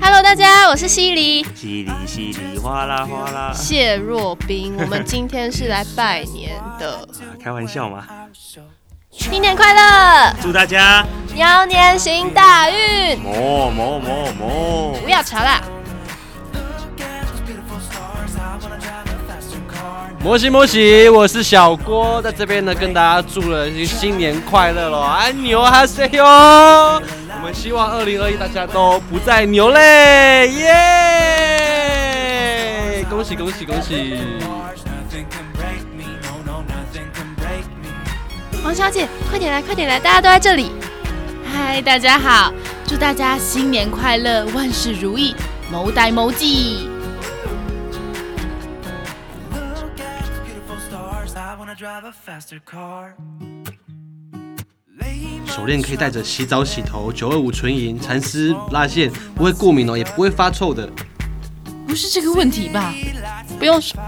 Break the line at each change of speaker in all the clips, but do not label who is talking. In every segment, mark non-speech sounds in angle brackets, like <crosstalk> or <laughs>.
Hello，大家，我是西黎，
稀里稀里哗啦哗啦，
谢若 <laughs> 冰。我们今天是来拜年的，
开玩笑嘛！
新年快乐，
祝大家
牛年行大运。
么么么么
不要吵啦，
摩西摩西，我是小郭，在这边呢跟大家祝了新年快乐喽，安牛哈塞哟！我们希望二零二一大家都不再牛嘞，耶！恭喜恭喜恭喜！
王小姐，快点来，快点来，大家都在这里。
嗨，大家好，祝大家新年快乐，万事如意，谋财谋计。
Look at these beautiful stars. I wanna drive a faster car. Lay
手链可以带着洗澡、洗头、九二五纯银、蚕丝、拉线，不会过敏哦，也不会发臭的。
不是这个问题吧？
不
<laughs>
用说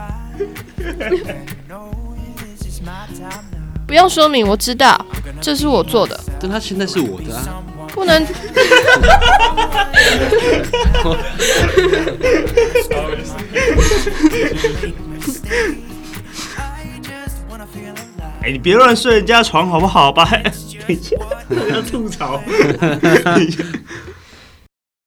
know this is my time now.
不用说明，我知道，这是我做的，
但它现在是我的啊，
不能。
I just wanna feel alive.
哎、你 <laughs> 别乱睡人家床好不好吧？等一下，我要吐槽。